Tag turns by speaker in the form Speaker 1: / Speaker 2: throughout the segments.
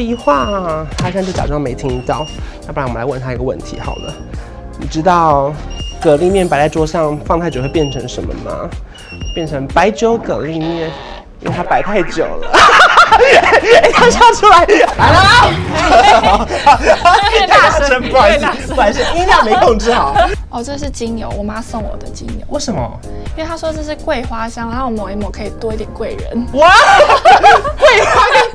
Speaker 1: 一话，他现在就假装没听到。要不然我们来问他一个问题好了，你知道蛤蜊面摆在桌上放太久会变成什么吗？变成白酒蛤蜊面，因为它摆太久了。 哎，他笑出来，来 了！大声，不好意思，不好意思，音量没控制 好。
Speaker 2: 哦，这是精油，我妈送我的精油，
Speaker 1: 为什么？
Speaker 2: 因为她说这是桂花香，然后抹一抹可以多一点贵人。
Speaker 1: 哇，桂花跟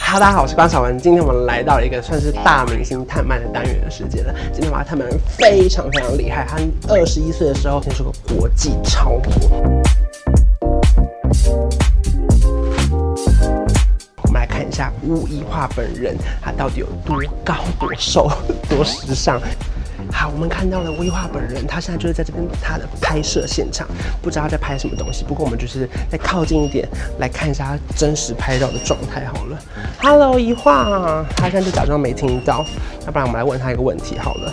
Speaker 1: 哈，大家好，我是关少文。今天我们来到了一个算是大明星探班的单元的时间了。今天我要探班人非常非常厉害，他二十一岁的时候听说过国际超模。我们来看一下吴一化本人，他到底有多高、多瘦、 多时尚。好，我们看到了吴一化本人，他现在就是在这边他的拍摄现场，不知道在拍什么东西。不过我们就是再靠近一点来看一下他真实拍到的状态好了。Hello，一化，他现在就假装没听到，要不然我们来问他一个问题好了。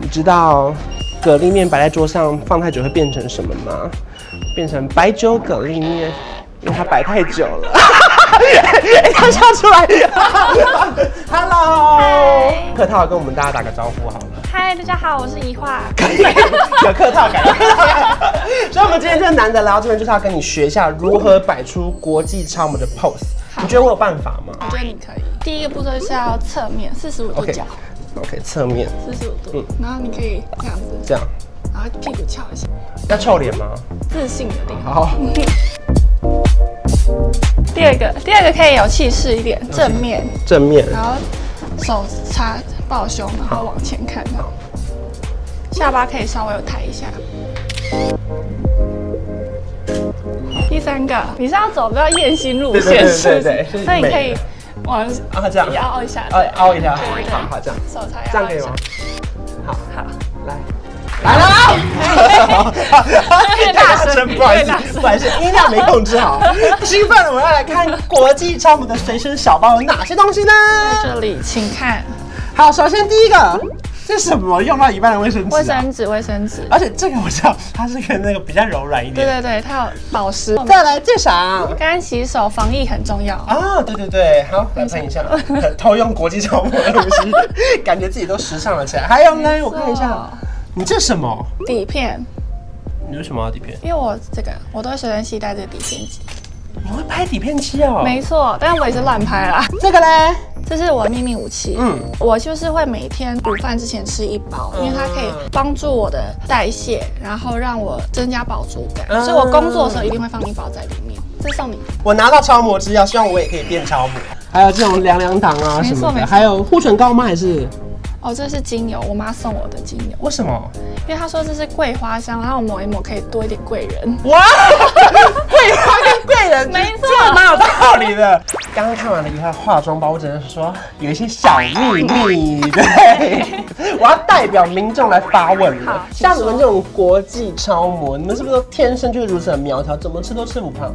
Speaker 1: 你知道蛤蜊面摆在桌上放太久会变成什么吗？变成白酒蛤蜊面，因为它摆太久了。 哎他笑出来。Hello，客套地跟我们大家打个招呼好了。
Speaker 2: 嗨，大家好，我是怡化。
Speaker 1: 有客套感，有客套感。所以，我们今天这个难得来到这边，就是要跟你学一下如何摆出国际超模的 pose。你觉得我有办法吗
Speaker 2: 我觉得你可以。第一个步骤是要侧面四十五度
Speaker 1: ？OK，OK，、
Speaker 2: 角，
Speaker 1: 侧面
Speaker 2: 四十五度，然后你可以这样子，
Speaker 1: 这样，
Speaker 2: 然后屁股翘一下，
Speaker 1: 要臭脸吗？
Speaker 2: 自信的点。
Speaker 1: 好，
Speaker 2: 第二个，第二个可以有气势一点，正面，
Speaker 1: 正面，
Speaker 2: 然后手插抱胸，然后往前看，下巴可以稍微有抬一下。第三个，你是要走比较艳星路线，
Speaker 1: 对对对
Speaker 2: 是不
Speaker 1: 对
Speaker 2: 是
Speaker 1: 对？
Speaker 2: 那你可
Speaker 1: 美
Speaker 2: 以往
Speaker 1: 啊，这样，
Speaker 2: 摇一下，
Speaker 1: 凹
Speaker 2: 对，
Speaker 1: 凹一下，
Speaker 2: 对对
Speaker 1: 好好这样，
Speaker 2: 手插
Speaker 1: 这样
Speaker 2: 摇
Speaker 1: 可
Speaker 2: 一
Speaker 1: 以
Speaker 2: 下
Speaker 1: 吗。？好，
Speaker 2: 好，
Speaker 1: 来。来了！大声，哎不好意思，不好意思，音量没控制好。兴奋了，我们要来看国际超模的随身小包有哪些东西呢？
Speaker 2: 在这里，请看
Speaker 1: 好，首先第一个，这是什么用到一半的卫生纸、啊？
Speaker 2: 卫生纸，卫生纸，
Speaker 1: 而且这个我知道，它是跟那个比较柔软一
Speaker 2: 对
Speaker 1: 点。
Speaker 2: 对对，它有保湿。
Speaker 1: 再来这啥？
Speaker 2: 干洗手防疫很重要。
Speaker 1: 啊，对对对，好，来看一下， 偷用国际超模的东西，感觉自己都时尚了起来。还有呢，我看一下，你这什么？
Speaker 2: 底片，
Speaker 1: 你为什么要底片？
Speaker 2: 因为我这个我都会随身携带这个底片机，
Speaker 1: 你会拍底片机哦？
Speaker 2: 没错，但我也是乱拍啦。
Speaker 1: 这个嘞，
Speaker 2: 这是我的秘密武器。
Speaker 1: 嗯
Speaker 2: 嗯，我就是会每天午饭之前吃一包，因为它可以帮助我的代谢，然后让我增加饱足感。
Speaker 1: 嗯
Speaker 2: 所以我工作的时候一定会放一包在里面。这送你，
Speaker 1: 我拿到超模之钥，希望我也可以变超模。还有这种凉凉糖啊
Speaker 2: 没错
Speaker 1: 什么
Speaker 2: 没
Speaker 1: 的，
Speaker 2: 错
Speaker 1: 还有护唇膏吗？还是
Speaker 2: 哦，这是精油，我妈送我的精油，
Speaker 1: 为什么？
Speaker 2: 因为她说这是桂花香，然后抹一抹可以多一点贵人。
Speaker 1: 哇， 桂花跟贵人，
Speaker 2: 没错
Speaker 1: 这个蛮有道理的。刚刚看完了一块化妆包，我只能说有一些小秘密，对，我要代表民众来发问了
Speaker 2: 好。请
Speaker 1: 像你们
Speaker 2: 说
Speaker 1: 这种国际超模，你们是不是都天生就是如此的苗条，怎么吃都吃不胖？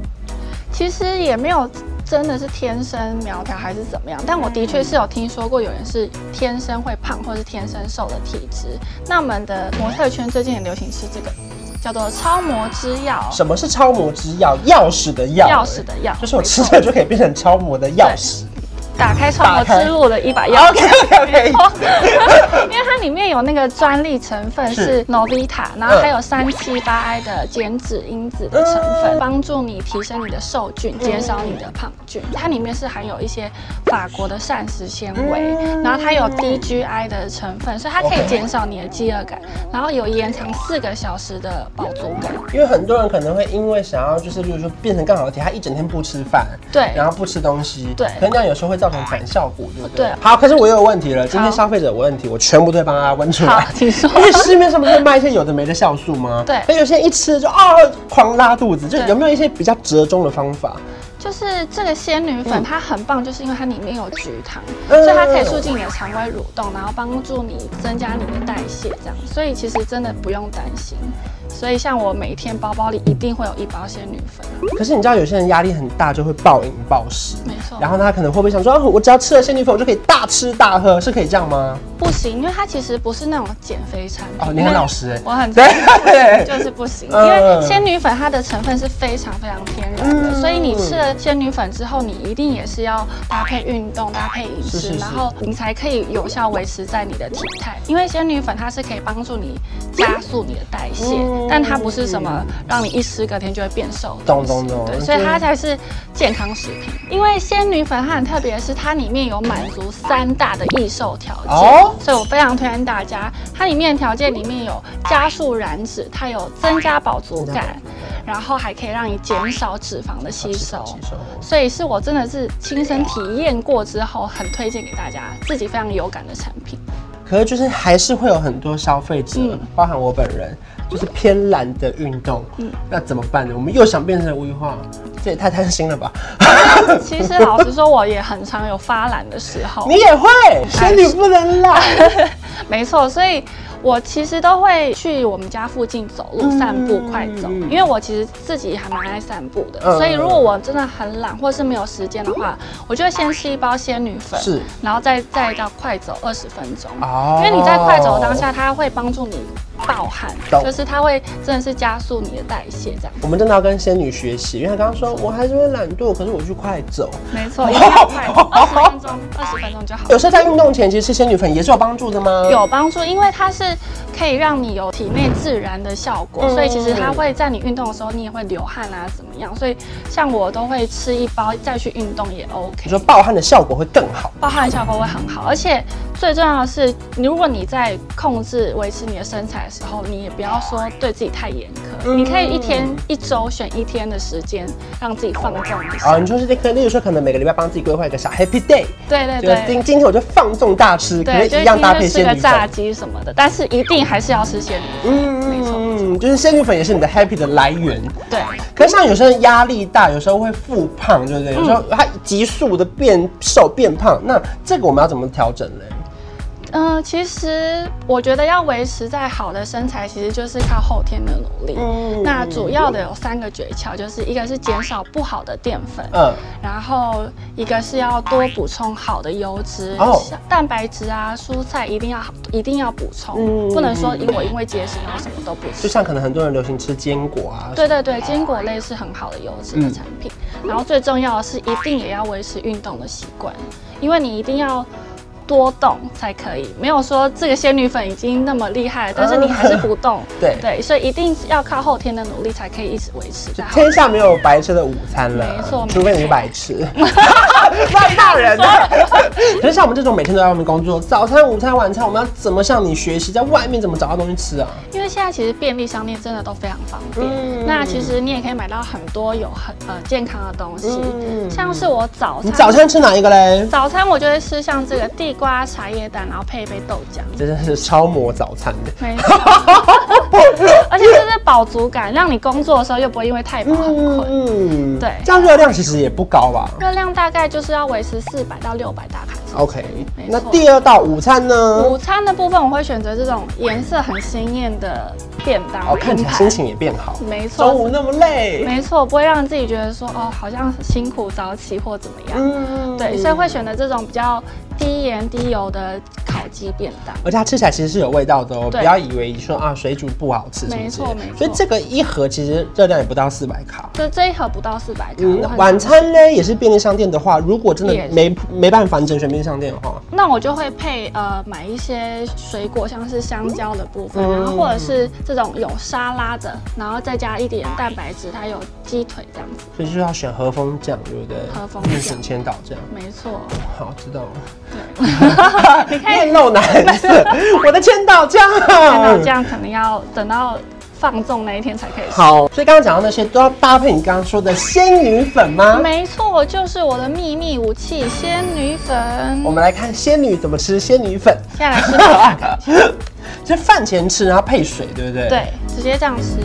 Speaker 2: 其实也没有真的是天生苗条还是怎么样，但我的确是有听说过有人是天生会胖或是天生瘦的体质。那我们的模特圈最近很流行吃这个，叫做超模之钥，
Speaker 1: 什么是超模之钥？钥匙的钥，
Speaker 2: 钥匙的钥，
Speaker 1: 就是我吃了就可以变成超模的钥匙。
Speaker 2: 打开超模之路的一把钥
Speaker 1: OK OK OK，
Speaker 2: 匙， 因为它里面有那个专利成分
Speaker 1: 是
Speaker 2: 是 Novita，然后还有三七八 I 的减脂因子的成分，帮助你提升你的瘦菌，减少你的胖菌。它里面是含有一些法国的膳食纤维，然后它有 DGI 的成分，所以它可
Speaker 1: OK
Speaker 2: 以减少你的饥饿感，然后有延长四个小时的饱足感。
Speaker 1: 因为很多人可能会因为想要就是，例如说变成更好的体，他一整天不吃饭，
Speaker 2: 对
Speaker 1: 然后不吃东西，
Speaker 2: 对
Speaker 1: 可能这样有时候会造成反效果，对不对？
Speaker 2: 对
Speaker 1: 好，可是我又有问题了，今天消费者有问题，我全部都会帮他问出
Speaker 2: 好
Speaker 1: 来，。
Speaker 2: 请说。
Speaker 1: 因为市面上不是卖一些有的没的酵素吗？
Speaker 2: 对
Speaker 1: 可有些人一吃就啊、狂拉肚子，就
Speaker 2: 对
Speaker 1: 有没有一些比较折中的方法？
Speaker 2: 就是这个仙女粉，它很棒，就是因为它里面有菊糖，
Speaker 1: 嗯
Speaker 2: 所以它可以促进你的肠胃蠕动，然后帮助你增加你的代谢，这样。所以其实真的不用担心。所以像我每一天包包里一定会有一包仙女粉，啊
Speaker 1: 可是你知道有些人压力很大，就会暴饮暴食。
Speaker 2: 没错。
Speaker 1: 然后他可能会不会想说，啊我只要吃了仙女粉，我就可以大吃大喝，是可以这样吗？
Speaker 2: 不行，因为它其实不是那种减肥产品。
Speaker 1: 哦，你很老实哎、
Speaker 2: 我很
Speaker 1: 对，
Speaker 2: 就是不行，因
Speaker 1: 嗯
Speaker 2: 为仙女粉它的成分是非常非常天然的，
Speaker 1: 嗯
Speaker 2: 所以你吃了仙女粉之后，你一定也是要搭配运动、搭配饮
Speaker 1: 是是
Speaker 2: 食，
Speaker 1: 是
Speaker 2: 然后你才可以有效维持在你的体态。因为仙女粉它是可以帮助你加速你的代谢
Speaker 1: 嗯，
Speaker 2: 但它不是什么让你一吃隔天就会变瘦的东
Speaker 1: 懂
Speaker 2: 西。
Speaker 1: 懂懂
Speaker 2: 对，所以它才是健康食品。因为仙女粉它很特别，是它里面有满足三大的易瘦条件。
Speaker 1: 哦
Speaker 2: 所以我非常推荐大家，它里面的条件里面有加速燃脂，它有增加饱足感，然后还可以让你减少脂肪的吸收。
Speaker 1: 吸收
Speaker 2: 所以是我真的是亲身体验过之后，很推荐给大家，自己非常有感的产品。
Speaker 1: 可是就是还是会有很多消费者，
Speaker 2: 嗯
Speaker 1: 包含我本人，就是偏懒的运动，那怎么办呢？我们又想变成无氧化，这也太贪心了 吧？
Speaker 2: 其实老实说，我也很常有发懒的时候。
Speaker 1: 你也会，
Speaker 2: 哎
Speaker 1: 仙女不能懒，
Speaker 2: 没错，所以我其实都会去我们家附近走路、
Speaker 1: 嗯
Speaker 2: 散步、快走，
Speaker 1: 嗯
Speaker 2: 因为我其实自己还蛮爱散步的。
Speaker 1: 嗯
Speaker 2: 所以如果我真的很懒或是没有时间的话，我就会先吃一包仙女粉，
Speaker 1: 是，
Speaker 2: 然后再再到快走二十分钟。
Speaker 1: 哦
Speaker 2: 因为你在快走的当下，它会帮助你暴汗
Speaker 1: 懂，
Speaker 2: 就是它会真的是加速你的代谢这样。
Speaker 1: 我们真的要跟仙女学习，因为她刚刚说我还是会懒惰，可是我去快走。
Speaker 2: 没错， 一定要快走二十分钟，二十分钟就好了。
Speaker 1: 有时候在运动前其实吃仙女粉也是有帮助的吗？
Speaker 2: 有帮助，因为它是可以让你有体内自燃的效果，
Speaker 1: 嗯
Speaker 2: 所以其实它会在你运动的时候，你也会流汗啊，怎么样？所以像我都会吃一包再去运动也
Speaker 1: 你
Speaker 2: OK，
Speaker 1: 说暴汗的效果会更好，
Speaker 2: 暴汗效果会很好。而且最重要的是，如果你在控制维持你的身材的时候，你也不要说对自己太严苛，
Speaker 1: 嗯
Speaker 2: 你可以一天一周选一天的时间让自己放纵一
Speaker 1: 啊、
Speaker 2: 下。
Speaker 1: 你说是这个，例如说可能每个礼拜帮自己规划一个小 happy day，
Speaker 2: 对对
Speaker 1: 就是
Speaker 2: 对
Speaker 1: 今。今天我就放纵大吃，可
Speaker 2: 对，
Speaker 1: 能
Speaker 2: 就
Speaker 1: 一
Speaker 2: 是
Speaker 1: 样
Speaker 2: 今
Speaker 1: 搭配
Speaker 2: 天吃
Speaker 1: 仙
Speaker 2: 个
Speaker 1: 女粉
Speaker 2: 炸。鸡什么的，但是一定还是要吃仙女粉。
Speaker 1: 嗯，
Speaker 2: 没错
Speaker 1: 嗯，就是仙女粉也是你的 happy 的来源。
Speaker 2: 对，
Speaker 1: 可是像有些人压力大，有时候会复胖，对不对？有时候他急速的变瘦变胖，那这个我们要怎么调整嘞？
Speaker 2: 嗯，其实我觉得要维持在好的身材，其实就是靠后天的努力。
Speaker 1: 嗯
Speaker 2: 那主要的有三个诀窍，就是一个是减少不好的淀粉，
Speaker 1: 嗯，
Speaker 2: 然后一个是要多补充好的油脂，
Speaker 1: 哦
Speaker 2: 像蛋白质啊、蔬菜一定要一定要补充，
Speaker 1: 嗯
Speaker 2: 不能说因为我因为节食然后什么都不吃
Speaker 1: 就。像可能很多人流行吃坚果啊，
Speaker 2: 对对对，坚果类是很好的油脂的产品。
Speaker 1: 嗯
Speaker 2: 然后最重要的是，一定也要维持运动的习惯，因为你一定要多动才可以。没有说这个仙女粉已经那么厉害，但是你还是不动，
Speaker 1: 嗯 对
Speaker 2: 对，所以一定要靠后天的努力才可以一直维持在好。
Speaker 1: 天下没有白吃的午餐了，
Speaker 2: 没错
Speaker 1: 除非你是白痴，乱骂人呢。可是像我们这种每天都在外面工作，早餐、午餐、晚餐，我们要怎么向你学习，在外面怎么找到东西吃啊？
Speaker 2: 因为现在其实便利商店真的都非常方便，
Speaker 1: 嗯
Speaker 2: 那其实你也可以买到很多有很呃健康的东西，
Speaker 1: 嗯
Speaker 2: 像是我早
Speaker 1: 你
Speaker 2: 餐，
Speaker 1: 早餐吃哪一个嘞？
Speaker 2: 早餐我就会吃像这个地瓜茶叶蛋，然后配一杯豆浆。
Speaker 1: 真的是超模早餐的。
Speaker 2: 没 错，而且这是饱足感，让你工作的时候又不会因为太饱很困。
Speaker 1: 嗯，
Speaker 2: 对
Speaker 1: 这样热量其实也不高吧
Speaker 2: 热量大概就是要维持四百到六百大卡左右。
Speaker 1: ？OK，
Speaker 2: 没错嗯
Speaker 1: 那第二道午餐呢？
Speaker 2: 午餐的部分我会选择这种颜色很鲜艳的便当
Speaker 1: 哦，看起
Speaker 2: 拼
Speaker 1: 来
Speaker 2: 盘
Speaker 1: 心，情也变好。
Speaker 2: 没错
Speaker 1: 中午那么累，
Speaker 2: 没错，不会让自己觉得说哦好像辛苦早起或怎么样。
Speaker 1: 嗯
Speaker 2: 对，所以会选择这种比较低盐低油的烤鸡便当。
Speaker 1: 而且它吃起来其实是有味道的哦，不
Speaker 2: 对
Speaker 1: 要以为说啊水煮不好吃什么
Speaker 2: 没
Speaker 1: 之
Speaker 2: 错
Speaker 1: 类的
Speaker 2: 没错
Speaker 1: 所以这个一盒其实热量也不到四百卡。
Speaker 2: 就这一盒不到四百卡，
Speaker 1: 嗯
Speaker 2: 我，很
Speaker 1: 晚餐呢也是便利商店的话，如果真的
Speaker 2: 也是
Speaker 1: 没没办法，你只能选便利商店的话，
Speaker 2: 那我就会配呃买一些水果，像是香蕉的部分，
Speaker 1: 嗯
Speaker 2: 然后或者是这种有沙拉的，然后再加一点蛋白质，它有鸡腿这样子，
Speaker 1: 所以就是要选和风酱，对不嗯对？
Speaker 2: 和风
Speaker 1: 日
Speaker 2: 酱
Speaker 1: 行千岛这样。
Speaker 2: 没错。
Speaker 1: 哦好，知道了。
Speaker 2: 你 看
Speaker 1: 面露难 色，我的千岛酱。
Speaker 2: 看到这样，可能要等到放纵那一天才可以吃。
Speaker 1: 好，所以刚刚讲到那些都要搭配你刚刚说的仙女粉吗？
Speaker 2: 没错，就是我的秘密武器仙女粉
Speaker 1: 我。们来看仙女怎么吃仙女 粉，
Speaker 2: 现在来试试看，
Speaker 1: 就饭前吃，然后配水，对不对？。
Speaker 2: 对，直接这样吃。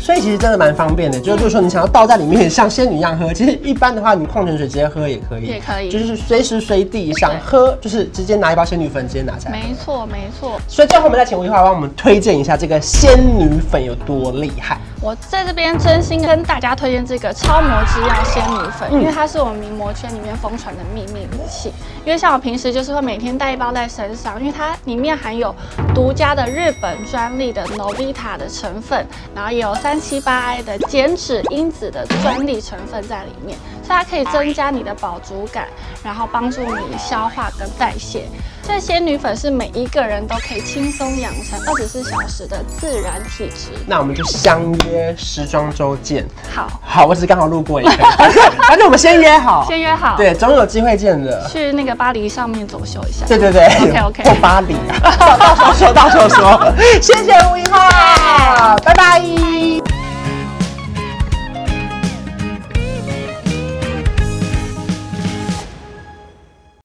Speaker 1: 所以其实真的蛮方便的，就是如果说你想要倒在里面像仙女一样喝，其实一般的话，你矿泉水直接喝也可以，
Speaker 2: 也可以
Speaker 1: 就是随时随地想
Speaker 2: 对
Speaker 1: 喝，就是直接拿一包仙女粉直接拿下来。
Speaker 2: 没错没错。
Speaker 1: 所以最后我们再请吴一华帮我们推荐一下这个仙女粉有多厉害。
Speaker 2: 我在这边真心跟大家推荐这个超模之钥仙女粉，因为它是我们名模圈里面疯传的秘密武器。因为像我平时就是会每天带一包在身上，因为它里面含有独家的日本专利的 Novita 的成分，然后也有三七八 I 的减脂因子的专利成分在里面，所以它可以增加你的饱足感，然后帮助你消化跟代谢。这仙女粉是每一个人都可以轻松养成二十四小时的自然体质。
Speaker 1: 那我们就相约时装周见。
Speaker 2: 好。
Speaker 1: 好，我只是刚好路过一 个，反正我们先约好，
Speaker 2: 先约好，，
Speaker 1: 对，总有机会见的。
Speaker 2: 去那个巴黎上面走秀一下。
Speaker 1: 对对对
Speaker 2: OK，OK
Speaker 1: 或巴 黎啊，到时候说，到时候说，谢谢吴一浩，拜拜